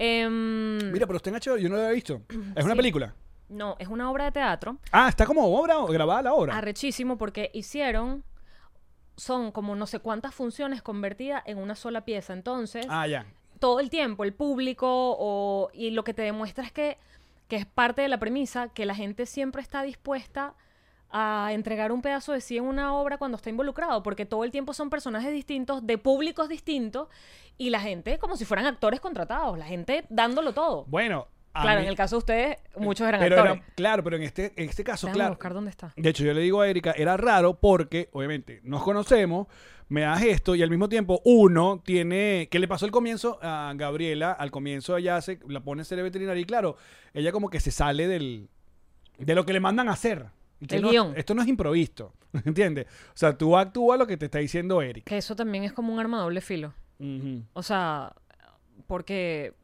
Em,
Mira, pero está en HBO. Yo no lo había
(clears throat)
visto. Es una
Sí.
película.
No, es una obra de teatro.
Ah, está como obra o grabada la obra.
Arrechísimo porque hicieron. Son como no sé cuántas funciones convertidas en una sola pieza. Entonces.
Ah, ya.
todo el tiempo, el público, o, y lo que te demuestra es que, que es parte de la premisa, que la gente siempre está dispuesta a entregar un pedazo de sí en una obra cuando está involucrado, porque todo el tiempo son personajes distintos, de públicos distintos, y la gente como si fueran actores contratados, la gente dándolo todo.
Bueno. a
claro,
mí-
en el caso de ustedes, muchos eran
pero
actores.
era- claro, pero en este, en este caso,
Déjame
claro.
buscar dónde está.
De hecho, yo le digo a Erika, era raro porque, obviamente, nos conocemos, me das esto y al mismo tiempo uno tiene... ¿Qué le pasó al comienzo a Gabriela? Al comienzo ella se, la pone a ser veterinaria y claro, ella como que se sale del, de lo que le mandan a hacer. Y que
El
no-
guión.
Esto no es improvisto, (laughs) ¿entiendes? O sea, tú actúa lo que te está diciendo Erika.
Que eso también es como un arma de doble filo.
Ujú.
O sea, porque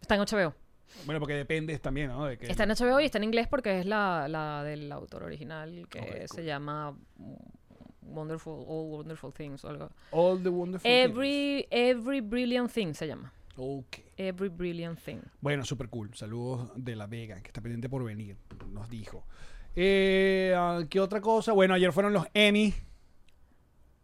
está en HBO.
Bueno, porque depende también, ¿no? De que,
Está en HBO y está en inglés porque es la, la del autor original que
Ok,
se llama Wonderful, All Wonderful Things o algo.
All the wonderful things.
Every, every Brilliant Thing se llama.
Ok.
Every Brilliant Thing.
Bueno, super cool. Saludos de La Vega, que está pendiente por venir, nos dijo. Eh, ah, ¿Qué otra cosa? Bueno, ayer fueron los Emmy,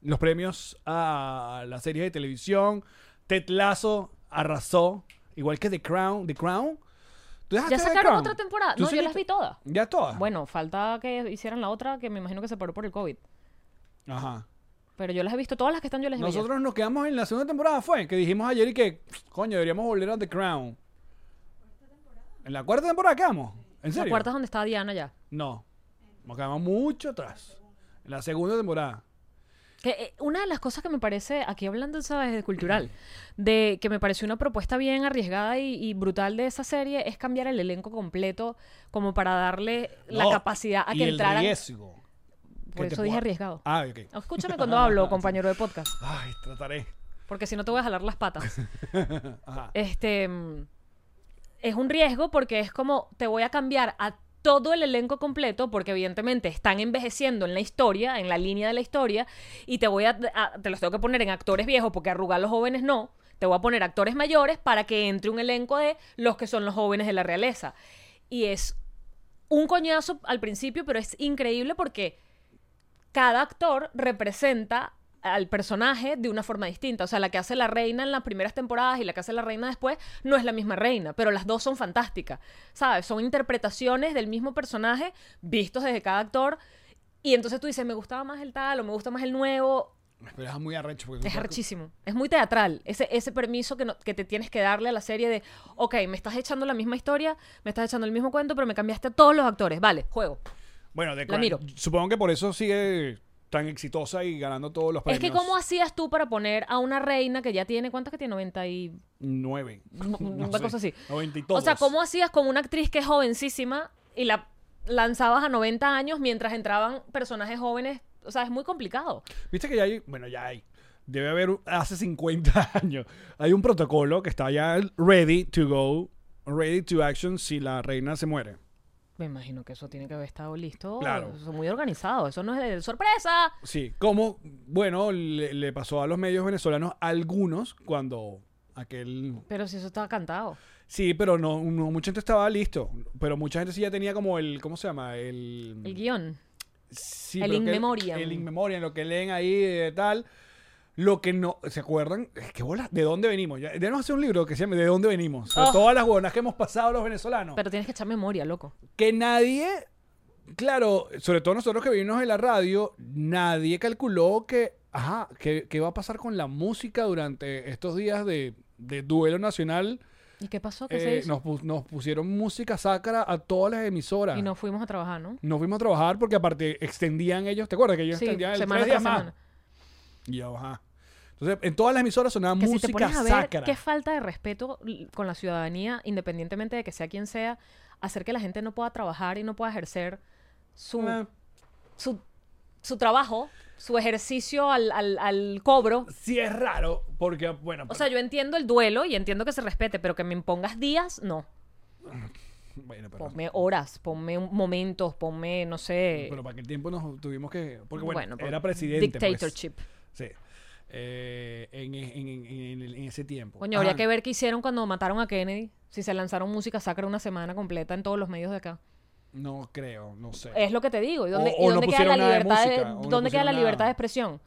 los premios a las series de televisión. Ted Lasso arrasó, igual que The Crown. ¿The Crown? ¿Tú dejaste
¿Ya
de ver
sacaron
Crown?
otra temporada?
¿Tú
No,
sí
yo las
viste?
vi todas.
¿Ya todas?
Bueno, falta que hicieran la otra que me imagino que se paró por el COVID.
Ajá.
Pero yo las he visto, todas las que están yo las he visto.
Nosotros nos quedamos en la segunda temporada, fue, que dijimos ayer y que, coño, deberíamos volver a The Crown. ¿En la cuarta temporada quedamos? ¿En
¿Te
serio?
acuerdas donde estaba Diana ya?
No. Nos quedamos mucho atrás. En la segunda temporada.
Que eh, una de las cosas que me parece, aquí hablando, ¿sabes? De cultural, de que me pareció una propuesta bien arriesgada y, y brutal de esa serie es cambiar el elenco completo como para darle la
No,
capacidad a
y
que
el
entraran.
riesgo
Por
que te
eso dije
pueda-
arriesgado.
Ah, ok.
Escúchame
(laughs)
cuando hablo, compañero de podcast,
Ay, trataré.
porque si no te voy a jalar las patas.
Ajá.
Este mm, es un riesgo porque es como te voy a cambiar a todo el elenco completo porque evidentemente están envejeciendo en la historia, en la línea de la historia y te voy a, a- te los tengo que poner en actores viejos porque arrugar los jóvenes no. Te voy a poner actores mayores para que entre un elenco de los que son los jóvenes de la realeza. Y es un coñazo al principio, pero es increíble porque cada actor representa al personaje de una forma distinta. O sea, la que hace la reina en las primeras temporadas y la que hace la reina después no es la misma reina, pero las dos son fantásticas. ¿Sabes? Son interpretaciones del mismo personaje vistos desde cada actor. Y entonces tú dices, me gustaba más el tal o me gusta más el nuevo.
Pero es muy arrecho. Porque
Es archísimo. Es muy teatral. Ese, ese permiso que, no- que te tienes que darle a la serie de, ok, me estás echando la misma historia, me estás echando el mismo cuento, pero me cambiaste a todos los actores. Vale, juego.
Bueno, The
La
Crown.
miro.
Supongo que por eso sigue tan exitosa y ganando todos los
Es
premios.
que ¿cómo hacías tú para poner a una reina que ya tiene, ¿cuántas que tiene? 90 y...
Nueve. (laughs)
una cosa así.
Noventa y
O sea,
todos.
¿cómo hacías con una actriz que es jovencísima y la lanzabas a 90 años mientras entraban personajes jóvenes? O sea, es muy complicado.
Viste que ya hay, bueno, ya hay. Debe haber un- hace 50 (laughs) años. Hay un protocolo que está ya ready to go, ready to action si la reina se muere.
Me imagino que eso tiene que haber estado listo.
Claro.
Eso es muy organizado. Eso no es de sorpresa.
Sí, como, bueno, le, le pasó a los medios venezolanos algunos cuando aquel...
Pero si eso estaba cantado.
Sí, pero no, no mucha gente estaba listo, pero mucha gente sí ya tenía como el, ¿cómo se llama? El,
El guión.
Sí,
El
pero
in
que-
memoriam.
El in memoriam, lo que leen ahí eh, tal. Lo que no, ¿se acuerdan? Es que bola, ¿de dónde venimos? Ya, Debemos hacer un libro que se llame ¿De dónde venimos? De
Oh.
todas las buenas que hemos pasado los venezolanos.
Pero tienes que echar memoria, loco.
que nadie, claro, sobre todo nosotros que vivimos en la radio, nadie calculó que, ajá, que, que va a pasar con la música durante estos días de, de duelo nacional.
¿Y qué pasó? ¿Qué se
Eh,
hizo?
nos, pus- nos pusieron música sacra a todas las emisoras.
Y nos fuimos a trabajar, ¿no?
Nos fuimos a trabajar porque aparte extendían ellos, ¿te acuerdas que ellos extendían el tres días más? Y yo, ajá. Entonces, en todas las emisoras sonaba
Que si te
música
pones a ver
sacra.
qué falta de respeto l- con la ciudadanía, independientemente de que sea quien sea, hacer que la gente no pueda trabajar y no pueda ejercer su,
Eh.
su, su trabajo, su ejercicio al, al, al cobro.
Sí es raro, porque, bueno,
O sea, yo entiendo el duelo y entiendo que se respete, pero que me impongas días, no.
bueno, pero,
Ponme horas, ponme un- momentos, ponme, no sé.
pero para qué tiempo nos tuvimos que... Porque, bueno,
por-
era presidente. pues.
Dictatorship.
Sí. Eh, en, en- en- en el- en ese tiempo. Ah,
Coño, habría
Ajá.
que ver qué hicieron cuando mataron a Kennedy. Si se lanzaron música sacra una semana completa en todos los medios de acá.
No creo, no sé.
Es lo que te digo. ¿Y dónde,
O- o
y
no
dónde queda la
pusieron nada de
libertad de,
música, o no
dónde queda
pusieron
la
nada.
libertad de expresión?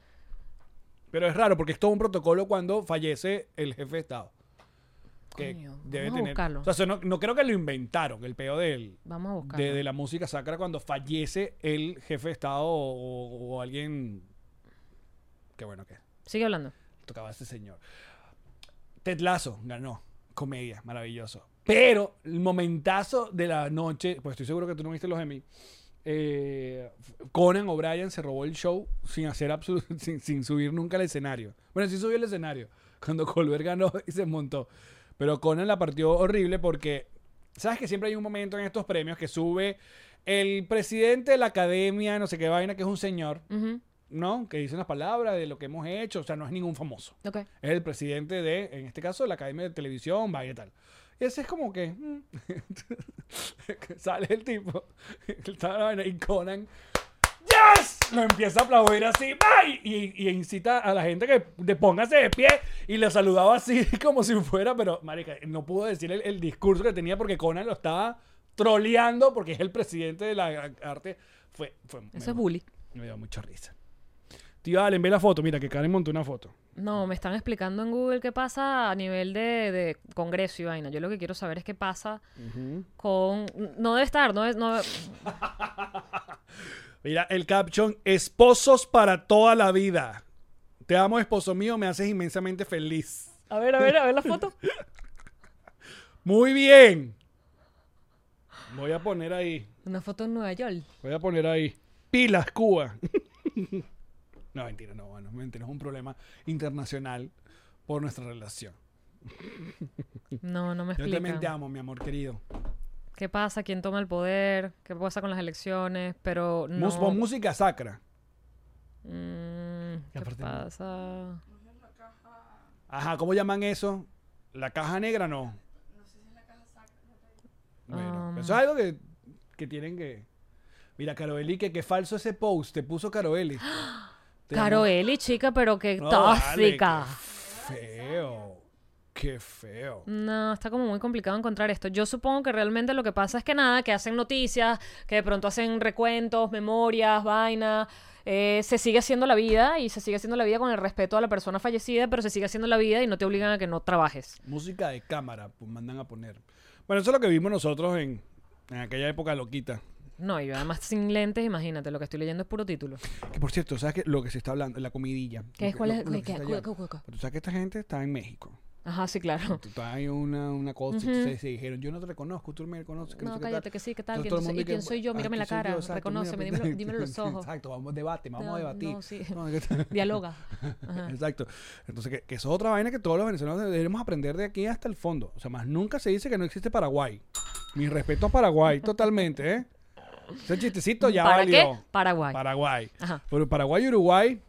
Pero es raro porque es todo un protocolo cuando fallece el jefe de Estado. Que
Coño,
debe
vamos a
tener-
buscarlo.
O sea, eso no, no creo que lo inventaron, el peo del,
Vamos a buscarlo.
de, de la música sacra cuando fallece el jefe de Estado o, o alguien. Qué bueno que
Sigue hablando.
tocaba a este señor. Ted Lasso ganó. Comedia, maravilloso. Pero el momentazo de la noche, pues estoy seguro que tú no viste los Emmy. eh, Conan O'Brien se robó el show sin hacer absolu- (laughs) sin, sin subir nunca al escenario. Bueno, sí subió al escenario cuando Colbert ganó (laughs) y se montó. Pero Conan la partió horrible porque sabes que siempre hay un momento en estos premios que sube el presidente de la academia, no sé qué vaina, que es un señor,
Ujú.
¿no? Que dice unas palabras de lo que hemos hecho, o sea, no es ningún famoso
Ok.
es el presidente de, en este caso, la Academia de Televisión, va y tal. Y ese es como que mm, (laughs) sale el tipo, (laughs) está la vaina, y Conan, ¡Yes! Lo empieza a aplaudir así, ¡Bye! Y, y incita a la gente que de póngase de pie y le saludaba así (laughs) como si fuera, pero marica, no pudo decir el, el discurso que tenía porque Conan lo estaba troleando porque es el presidente de la arte. Fue, fue, me-
Eso es bully.
Me dio mucha risa. Tío, Allen, ve la foto. Mira, que Karen montó una foto.
No, me están explicando en Google qué pasa a nivel de, de Congreso y vaina. Yo lo que quiero saber es qué pasa con... No debe estar, no es... No...
Mira, el caption, esposos para toda la vida. Te amo, esposo mío, me haces inmensamente feliz.
A ver, a ver, a ver la foto.
Muy bien. Voy a poner ahí,
(laughs) Una foto en Nueva York.
voy a poner ahí. Pilas, Cuba. (laughs) no, mentira, no, bueno, mentira, es un problema internacional por nuestra relación.
No, no me
Yo también te
explican.
amo, mi amor querido.
¿Qué pasa? ¿Quién toma el poder? ¿Qué pasa con las elecciones? Pero no...
Mus- pon música sacra.
Mm, ¿Qué
Aparte-
pasa?
Ajá, ¿cómo llaman eso? La caja negra no. No sé si es la caja sacra. Bueno,
Um.
eso es algo que, que tienen que. Mira, Caroeli, que qué falso ese post. Te puso Caroeli. Te
Caro
llamó-
Eli, chica, pero qué
No, vale,
¡Ah! tóxica.
qué feo. Qué feo.
No, está como muy complicado encontrar esto. Yo supongo que realmente lo que pasa es que nada, que hacen noticias, que de pronto hacen recuentos, memorias, vainas. se sigue haciendo la vida y se sigue haciendo la vida con el respeto a la persona fallecida, pero se sigue haciendo la vida y no te obligan a que no trabajes.
Música de cámara, pues mandan a poner. Bueno, eso es lo que vimos nosotros en, en aquella época loquita.
No, y yo además sin lentes, imagínate, lo que estoy leyendo es puro título.
Que por cierto, ¿sabes qué? Lo que se está hablando, la comidilla.
¿Qué
Lo
es?
que-
¿Cuál
lo-
es?
lo que se
¿Qué?
está
¿Cu-
llevando.
cu- cu- cu-
Pero tú sabes que esta gente está en México.
Ajá, sí, claro.
(laughs) Tú estás ahí una, una cosa y entonces se dijeron, yo no te reconozco, tú no me reconoces. que
No,
sé qué
cállate, que sí, ¿qué tal?
Entonces
Que
todo el
no sé-
mundo
¿y
que,
quién soy yo?
"Ah,
Mírame
¿quién
la
soy
cara,
Exacto,
reconóceme,
mírame". (laughs)
dímelo- dímelo los ojos.
Exacto, vamos, debate, vamos
No,
a debatir.
no, sí.
No, que-
Dialoga. (laughs)
(laughs)
Ajá.
Exacto. Entonces, que, que eso es otra vaina que todos los venezolanos debemos aprender de aquí hasta el fondo. O sea, más nunca se dice que no existe Paraguay. Mi respeto a Paraguay, totalmente, ¿eh? Ese chistecito ya
¿Para
valió.
qué? Paraguay.
Paraguay.
Ajá.
Pero Paraguay y Uruguay,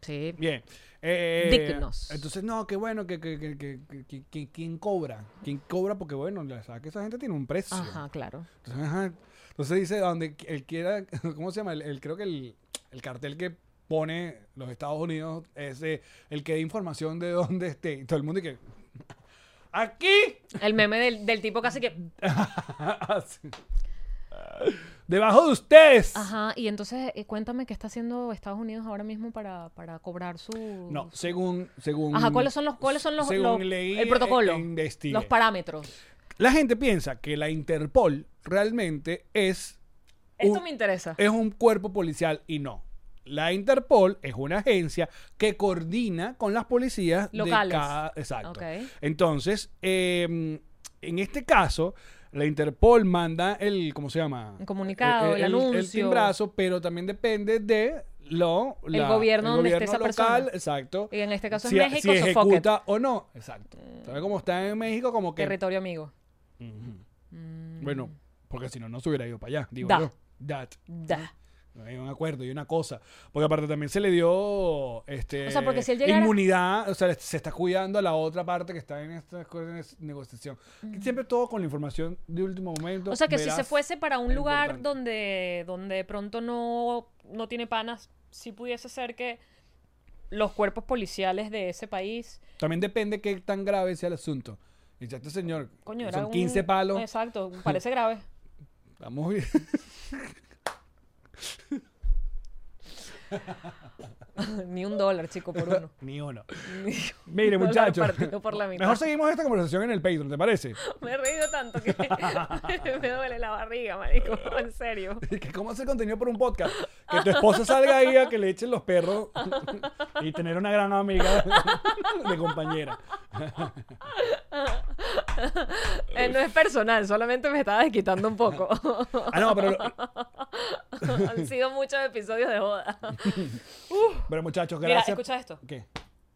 Sí.
Bien. Eh,
Dignos.
Entonces, no, qué bueno que, que, que, que- que- que- que- quién cobra. ¿Quién cobra? Porque bueno, la verdad que esa gente tiene un precio.
Ajá, claro.
Entonces, ajá. Entonces dice, donde qu- él quiera, (laughs) ¿cómo se llama? El, el- creo que el, el cartel que pone los Estados Unidos es eh, el que dé información de dónde esté. Y todo el mundo y que... Aquí. (laughs)
El meme del, del tipo casi que...
Así. Debajo de ustedes.
Ajá, y entonces eh, cuéntame qué está haciendo Estados Unidos ahora mismo para, para cobrar su...
No, según, según.
Ajá, ¿cuáles son los, cuáles son los,
según
los-
leí,
el protocolo?
eh, investigué.
Los parámetros.
La gente piensa que la Interpol realmente es
Esto
un-
me interesa.
es un cuerpo policial y no. La Interpol es una agencia que coordina con las policías de
Locales.
cada- exacto.
Ok.
Entonces, eh, en este caso, la Interpol manda el, ¿cómo se llama? Eh,
Un comunicado, el anuncio.
timbrazo, pero también depende de lo,
El gobierno donde esté esa persona.
Exacto.
Y en este caso es
si,
México,
si
so fuck it.
ejecuta o no. Exacto. ¿Sabes cómo está en México? Como que
Territorio amigo. Mm,
bueno, porque si no, no se hubiera ido para allá, digo
Da.
yo. That.
Da.
No Hay un acuerdo y una cosa. Porque aparte también se le dio este,
O sea, porque si él llegara-
inmunidad, o sea, se está cuidando a la otra parte que está en esta co- en esta negociación. Y Siempre todo con la información de último momento.
Mm. O sea que si se
veraz.
fuese para un
es
lugar
importante.
donde, donde de pronto no, no tiene panas, sí pudiese ser que los cuerpos policiales de ese país...
También depende qué tan grave sea el asunto. Y ya este señor,
Coño, era
son
un-
15 palos.
Exacto, parece grave.
Estamos bien.
(laughs)
(laughs)
Ni un dólar, chico,
(laughs)
por uno.
Ni uno.
Ni (laughs)
Mire,
un dólar
muchachos.
partido por la mitad.
Mejor seguimos esta conversación en el Patreon, ¿te parece?
(laughs) Me he reído tanto que (laughs) me duele la barriga, marico. (laughs) En serio.
(laughs) que cómo hacer contenido por un podcast. Que tu esposa salga ahí a que le echen los perros y tener una gran amiga (laughs) de compañera.
Eh, no es personal, solamente me estaba desquitando un poco. (laughs)
Ah, no, pero,
Han sido muchos episodios de joda.
pero muchachos,
Mira,
gracias.
escucha esto.
¿Qué?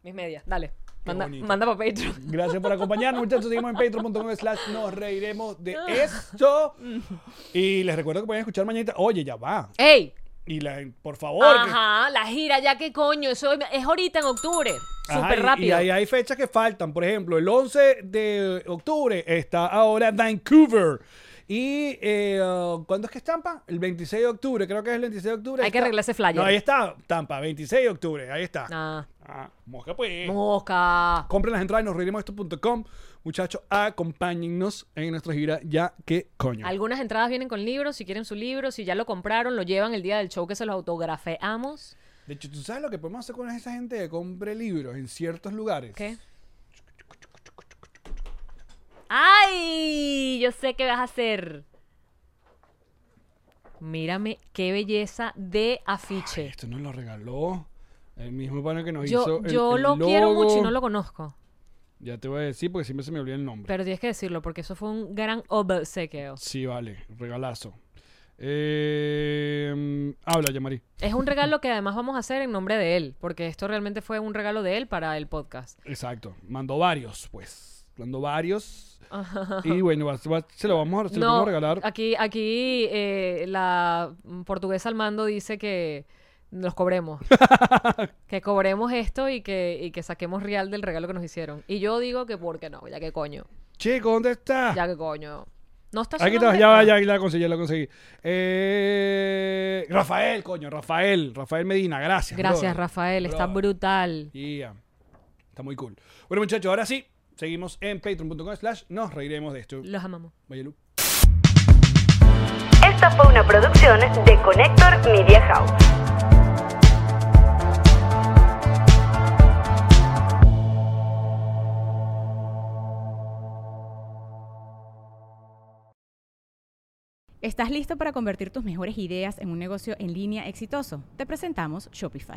Mis medias, dale. Manda,
bonito.
manda para Patreon.
Gracias por acompañarnos, muchachos. Seguimos en patreon.com slash nos reiremos de
Ah.
esto. Y les recuerdo que pueden escuchar mañana. Oye, ya va.
(laughs) ¡Ey!
Y la, por favor. que-
Ajá, la gira, ya que coño. Eso es ahorita en octubre.
Ajá,
Súper
y- Y,
rápido.
ahí hay fechas que faltan. Por ejemplo, el 11 de octubre está ahora Vancouver. Y, eh, uh, ¿cuándo es que es Tampa? El 26 de octubre, creo que es el 26 de octubre.
Hay
Ahí
que
está.
arreglar ese flyer.
No, ahí está, Tampa, 26 de octubre, ahí está.
Ah,
Ah, mosca pues.
mosca.
Compren las entradas y nos reiremos esto.com. Muchachos, acompáñennos en nuestra gira ya que coño.
Algunas entradas vienen con libros, si quieren su libro, si ya lo compraron, lo llevan el día del show que se los autografeamos.
De hecho, ¿tú sabes lo que podemos hacer con esa gente que compre libros en ciertos lugares?
¿Qué? ¡Ay! Yo sé qué vas a hacer. Mírame qué belleza de afiche.
Esto nos lo regaló el mismo pana que nos
Yo,
hizo el-
yo
el
lo quiero
logo.
mucho y no lo conozco.
Ya te voy a decir porque siempre se me olvida el nombre.
Pero tienes que decirlo porque eso fue un gran obsequio.
Sí, vale, regalazo. Eh, habla, Yamari.
Es un regalo que además vamos a hacer en nombre de él, porque esto realmente fue un regalo de él para el podcast.
Exacto, mandó varios, pues. Mandó varios. y bueno, va- va- se lo vamos a, se Pues lo vamos a regalar.
Aquí, aquí eh, la portuguesa al mando dice que
(laughs)
nos cobremos. que cobremos esto y que, y que saquemos real del regalo que nos hicieron. Y yo digo que por qué no, ya que coño.
Chico, ¿dónde está?
Ya que coño. No está su
Aquí está,
nombre?
ya, va,
Ah.
ya, ya la conseguí, ya la conseguí. Eh, Rafael, coño, Rafael, Rafael Medina, gracias.
Gracias,
brother.
Rafael. Está
Brother.
brutal.
Yeah. Está muy cool. Bueno, muchachos, ahora sí, seguimos en patreon.com slash nos reiremos de esto.
Los amamos.
Mayelu.
Esta fue una producción de Connector Media House.
¿Estás listo para convertir tus mejores ideas en un negocio en línea exitoso? Te presentamos Shopify.